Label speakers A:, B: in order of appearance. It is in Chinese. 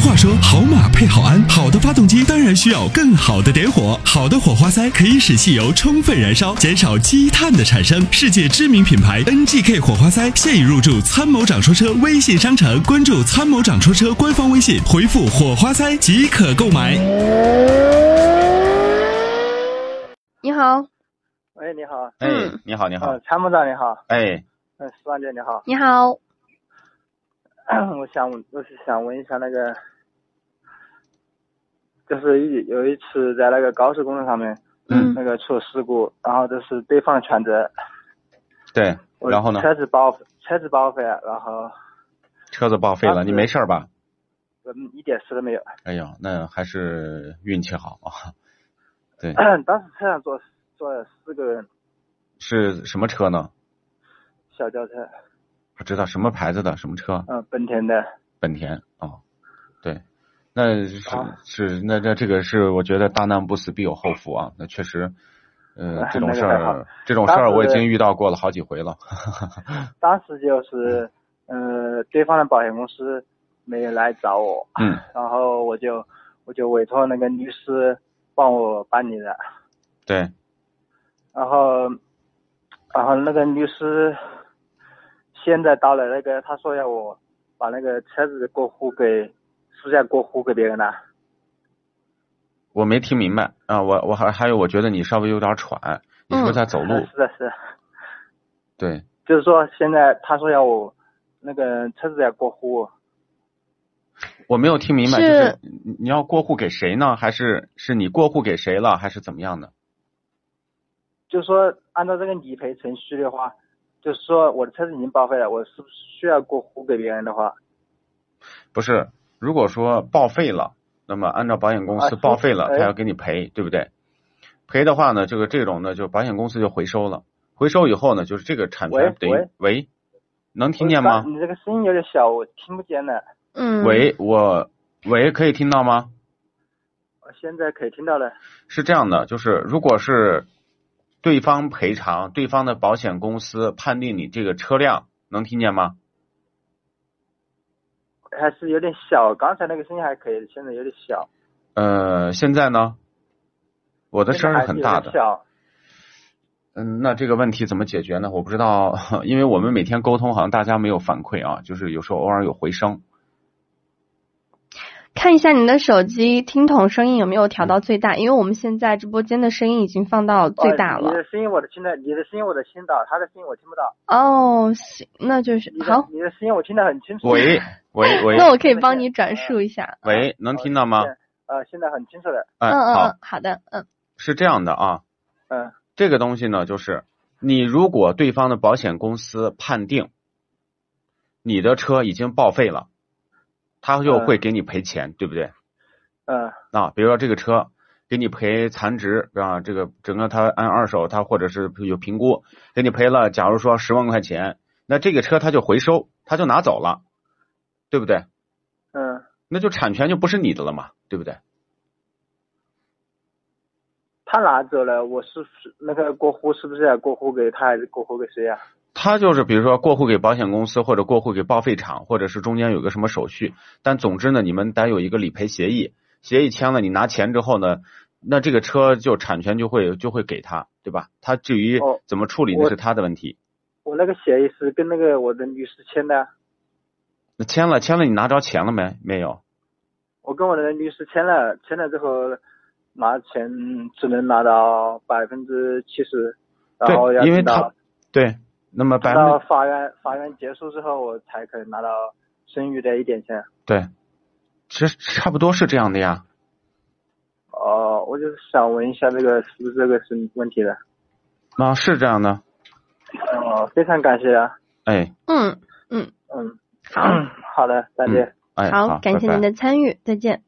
A: 话说，好马配好鞍，好的发动机当然需要更好的点火。好的火花塞可以使汽油充分燃烧，减少积碳的产生。世界知名品牌 NGK 火花塞现已入驻参谋长说车微信商城，关注参谋长说车官方微信，回复火花塞即可购买。
B: 你好，
C: 喂，你好，
D: 哎
B: 嗯，
D: 你好，你好
C: 嗯，，参谋长你好，
D: 哎，
C: 嗯，石万姐你好，
B: 你好，
C: 我想我是想问一下那个，就是一有一次在那个高速公路上面，
B: 嗯
C: 那个出了事故，然后就是对方全责，
D: 对，
C: 我
D: 然后呢？
C: 车子报车子报废了，然后
D: 车子报废了，
C: 当
D: 你
C: 时
D: 没事儿吧？
C: 嗯一点事都没有，
D: 哎呦，那还是运气好 啊。对，
C: 当时车上坐坐了四个人，
D: 是什么车呢？
C: 小轿车，
D: 不知道什么牌子的，什么车？
C: 嗯，本田的，
D: 本田哦，对，那是、
C: 啊
D: 是那这这个是我觉得大难不死必有后福啊，那确实，呃，这种事
C: 那个还
D: 儿
C: 好
D: 这种事儿
C: 当时
D: 我已经遇到过了好几回了。
C: 当时就是，呃，对方的保险公司没有来找我，
D: 嗯，
C: 然后我就我就委托那个律师帮我办理了，
D: 对，
C: 然后然后那个律师现在到了那个，他说要我把那个车子过户给私下过户给别人了，
D: 我没听明白啊，我我还还有我觉得你稍微有点喘，你是不是
B: 嗯
D: 在走路？
C: 是的是的，
D: 对，
C: 就是说现在他说要我那个车子要过户，
D: 我没有听明白，
B: 是
D: 就是你你要过户给谁呢？还是是你过户给谁了，还是怎么样的？
C: 就是说按照这个理赔程序的话，就是说我的车子已经报废了，我是不是需要过户给别人的话？
D: 不是，如果说报废了，那么按照保险公
C: 啊
D: 司
C: 是
D: 报废了，
C: 哎
D: 他要给你赔，对不对？赔的话呢，这个这种呢，就保险公司就回收了，回收以后呢，就是这个产权
C: 喂
D: 等于
C: 喂
D: 喂，能听见吗
C: 我刚？你这个声音有点小，我听不见了。
B: 嗯，，
D: 喂，我喂，可以听到吗？
C: 我现在可以听到了。
D: 是这样的，就是如果是对方赔偿，对方的保险公司判定你这个车辆，能听见吗？
C: 还是有点小，刚才那个声音还可以，现在有点小。
D: 呃，现在呢，我的声儿是很
C: 现
D: 大
C: 在还是有点
D: 的。
C: 小，
D: 嗯，那这个问题怎么解决呢？我不知道， 因为我们每天沟通，好像大家没有反馈啊，就是有时候偶尔有回声。
B: 看一下你的手机听筒声音有没有调到最大，因为我们现在直播间的声音已经放到最大
C: 哦你
B: 了。
C: 的声音我的听到，你的声音我的听到，他的声音我听不到。
B: 哦，行，那就是
C: 你的
B: 好，
C: 你的声音我听得很清楚。
D: 喂喂喂
B: 那我可以帮你转述一下。
D: 喂，能听到吗
C: 现？呃，现在很清楚了。
D: 哎，
B: 嗯嗯
D: 好
B: 嗯，，好的，嗯
D: 是这样的啊，
C: 嗯
D: 这个东西呢，就是你如果对方的保险公司判定你的车已经报废了，他就
C: 嗯
D: 会给你赔钱，对不对？
C: 嗯
D: 啊，比如说这个车给你赔残值啊，这个整个他按二手，他或者是有评估，给你赔了，假如说十万块钱，那这个车他就回收，他就拿走了，对不对？
C: 嗯，
D: 那就产权就不是你的了嘛，对不对？
C: 他拿走了，我是不是那个过户是不是要过户给他，还是过户给谁呀、啊
D: 他就是比如说过户给保险公司，或者过户给报废厂，或者是中间有个什么手续，但总之呢，你们得有一个理赔协议，协议签了，你拿钱之后呢，那这个车就产权就会就会给他，对吧？他至于
C: 哦
D: 怎么处理
C: 我
D: 那是他的问题。
C: 我那个协议是跟那个我的律师签的，啊
D: 那签了，签了，你拿着钱了没？没有。
C: 我跟我的律师签了，签了之后拿钱只能拿到百分之七十，然后要
D: 对因为
C: 等到
D: 对，那么百
C: 等
D: 分
C: 到
D: 之
C: 法院法院结束之后，我才可能拿到剩余的一点钱。
D: 对，其实差不多是这样的呀。
C: 哦，我就是想问一下这个是不是这个是问题的？
D: 啊，是这样的。
C: 哦，非常感谢啊，
D: 哎
B: 嗯，
C: 嗯，
B: 好，
C: 好的，再见。
D: 哎，
B: 好，感谢
D: 拜拜
B: 您的参与，再见。